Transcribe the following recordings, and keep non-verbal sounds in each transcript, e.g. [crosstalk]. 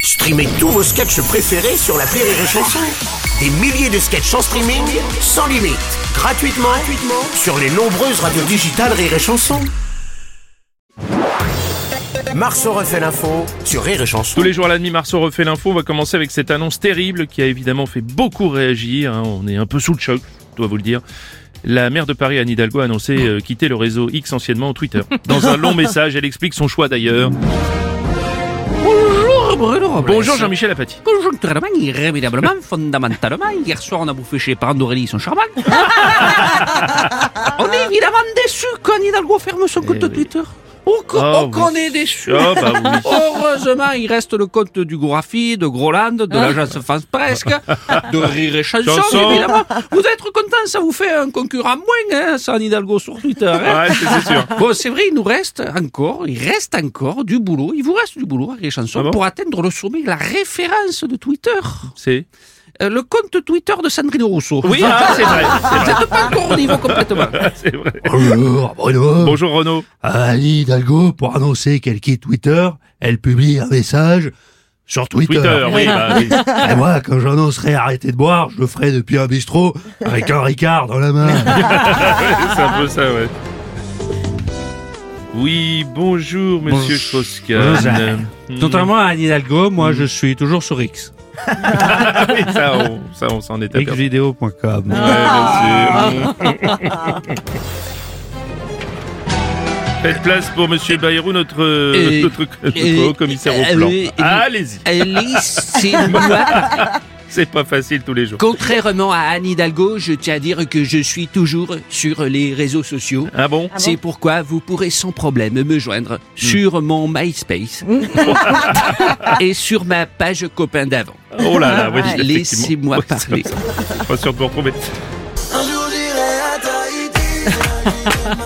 Streamez tous vos sketchs préférés sur la Rire et Chanson. Des milliers de sketchs en streaming, sans limite, gratuitement, gratuitement sur les nombreuses radios digitales Rire et Chanson. Marceau refait l'info sur Rire et Chanson. Tous les jours à la demi, Marceau refait l'info. On va commencer avec cette annonce terrible qui a évidemment fait beaucoup réagir. hein. On est un peu sous le choc, je dois vous le dire. La maire de Paris, Anne Hidalgo, a annoncé euh, quitter le réseau X anciennement Twitter. [laughs] Dans un long message, elle explique son choix d'ailleurs. Bonjour Bruno Robles. Bonjour Jean-Michel Apathy. Conjoncturellement, irrémédiablement, [laughs] fondamentalement, hier soir on a bouffé chez Parent d'Aurélie [laughs] son charmant. on est évidemment déçus quand Hidalgo ferme son compte Eh oui. Twitter. Oh, co- Ah, oh, qu'on oui. est déçus Ah bah oui. [laughs] Heureusement, il reste le compte du Gourafi, de Groland, de l'agence France Presque, de Rire et Chanson, Ah. Chanson. évidemment. Vous êtes contents, ça vous fait un concurrent moins, hein, ça, Hidalgo sur Twitter. Ouais, hein. c'est c'est [laughs] sûr. Bon, c'est vrai, il nous reste encore, il reste encore du boulot, il vous reste du boulot, les chansons, Ah bon pour atteindre le sommet, la référence de Twitter. C'est. Euh, le compte Twitter de Sandrine Rousseau. Oui, ah, c'est vrai. c'est Vous [laughs] vrai, n'êtes pas encore au [laughs] niveau complètement. C'est vrai. Bonjour Bruno. Bonjour Renaud. Anne Hidalgo, pour annoncer qu'elle quitte Twitter, elle publie un message sur Twitter. Twitter, oui. bah [laughs] oui. Et moi, quand j'annoncerai arrêter de boire, je le ferai depuis un bistrot avec un Ricard dans la main. C'est un peu ça, ouais. Oui, bonjour Monsieur Foscan. Contrairement à Anne Hidalgo, moi je suis toujours sur X. Ah oui, ça, on- ça, on s'en est aperçu. Xvideo.com. Ah. Ouais, bien sûr. [laughs] Faites place pour Monsieur Bayrou, notre, Et- notre, notre et- commissaire et- au plan. Ah, et- Allez-y, Alice, c'est [laughs] moi. c'est pas facile tous les jours. Contrairement à Anne Hidalgo, je tiens à dire que je suis toujours sur les réseaux sociaux. Ah bon C'est pourquoi vous pourrez sans problème me Hmm. joindre sur mon MySpace [laughs] et sur ma page copain d'avant. Oh là là, oui, effectivement. Laissez-moi Oui, c'est parler. vrai, Je suis pas sûr de vous retrouver.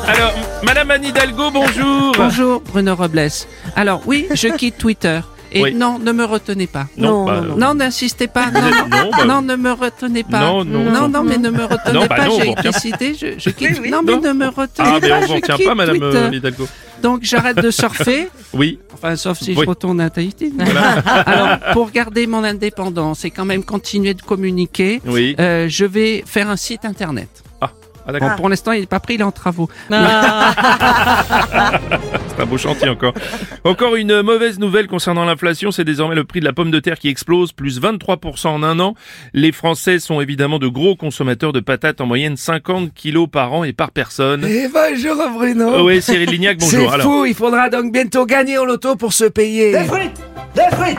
Alors, Madame Anne Hidalgo, bonjour. Bonjour Bruno Robles. Alors oui, [laughs] je quitte Twitter. Et Oui. non, ne me retenez pas. Non, bah, Non, n'insistez pas. Non, Vous êtes- non, non, bah- non, ne me retenez pas. Non, non, non, non. non, mais ne me retenez Non, bah pas. non, J'ai bon, tiens. décidé, je, je quitte. Non, mais Non. ne me retenez Ah, mais pas. on je s'en tient quitte pas, Madame Twitter. euh, Hidalgo. Donc j'arrête [laughs] de surfer. Oui. Enfin, sauf si Oui. je retourne à Tahiti. [laughs] Alors, pour garder mon indépendance et quand même continuer de communiquer, Oui. euh, je vais faire un site internet. Ah, d'accord. Bon, pour l'instant, il n'est pas pris, il est en travaux. C'est un beau chantier encore. Encore une mauvaise nouvelle concernant l'inflation, c'est désormais le prix de la pomme de terre qui explose, plus 23% en un an. Les Français sont évidemment de gros consommateurs de patates, en moyenne 50 kilos par an et par personne. Et bonjour Bruno oui, Cyril Lignac, C'est bonjour. Alors, Eh fou, il faudra donc bientôt gagner au loto pour se payer. c'est pas- Ouais, ouais,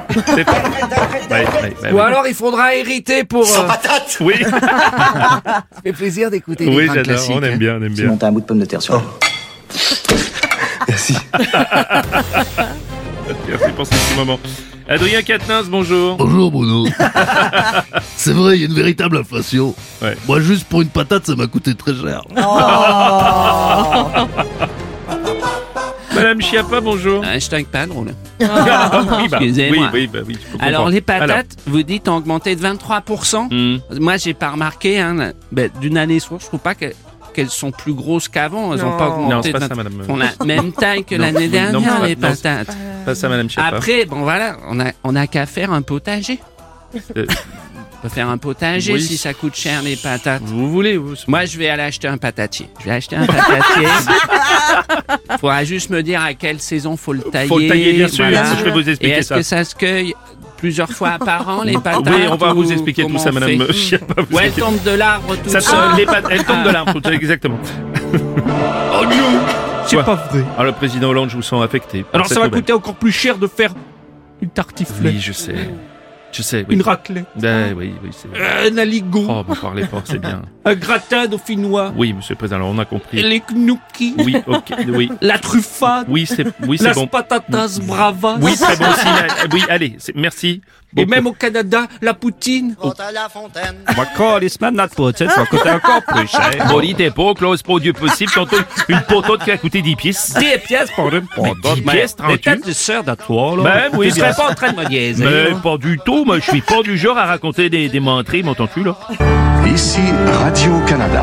ouais, Ou ouais. alors il faudra hériter pour... euh, Oui, Ça fait plaisir d'écouter les oui grands j'adore, classiques, on aime hein. bien, on aime Si bien. monte un bout de pomme de terre sur la Merci pour ce petit moment. Adrien Quatennens, bonjour. Bonjour Bruno. [laughs] C'est vrai, il y a une véritable inflation. Ouais. Moi, juste pour une patate, ça m'a coûté très cher. Madame Chiappa, bonjour. Un Hashtag pas drôle. Ah, oui, bah, oui, Excusez-moi. oui, bah, oui, je peux Alors, comprendre. les patates, vous dites, ont augmenté de 23%. Hmm. Moi, j'ai pas remarqué, hein, ben, d'une année sur l'autre, je trouve pas que- qu'elles sont plus grosses qu'avant. Elles ont pas Non, c'est augmenté. de pas ça, 20. madame. On a [laughs] même taille que Non, l'année oui, non, dernière, c'est pas- les non, c'est- patates. Pas ça, madame Chiappa. Après, bon, voilà, on a, on a qu'à faire un potager. Euh. On peut faire un potager Oui. si ça coûte cher, les patates. Vous voulez, vous Moi, je vais aller acheter un patatier. Je vais acheter un patatier. Faudra juste me dire à quelle saison faut le tailler. Faut le tailler, bien sûr. voilà. Je vais vous Et expliquer est-ce ça. que ça se cueille plusieurs fois par an, les patates Oui, on va ou vous expliquer tout comment ça, on madame. fait euh, Chiappa, vous Ou elle inquiétez- tombe de l'arbre tout Ça seul. tombe, les pattes, elles tombent de l'arbre, tout à fait, Ah. [laughs] exactement. C'est Ouais. pas vrai. Alors, Ah, le président Hollande, je vous sens affecté. par Alors ça cette va nouvelle. coûter encore plus cher de faire une tartiflette, Oui, je sais. Je sais, oui. une raclette, Ben oui, oui, c'est vrai. un aligot, Oh, vous parlez fort, c'est bien. un gratin dauphinois, Oui, monsieur le président, alors on a compris. les gnocchis, Oui, ok, oui. la truffade, Oui, c'est oui, la c'est bon. patatas brava, Oui, c'est bon signal. Oui, allez, c'est- merci. et Bon, même au Canada, la poutine. la fontaine. Moi, quand les semaines de poutine, ça va coûter encore plus [laughs] cher. Bonne idée, pas close pour Dieu possible. Tantôt, une poteau qui a coûté 10 pièces. 10 pièces pour une dix pièces, Mais tranquille. t'as des sœurs de toi, là. Ben oui, Tu serais bien pas en train de me niaiser, Mais là. pas du tout, moi, je suis pas du genre à raconter des, des menteries, m'entends-tu, là? Ici Radio-Canada.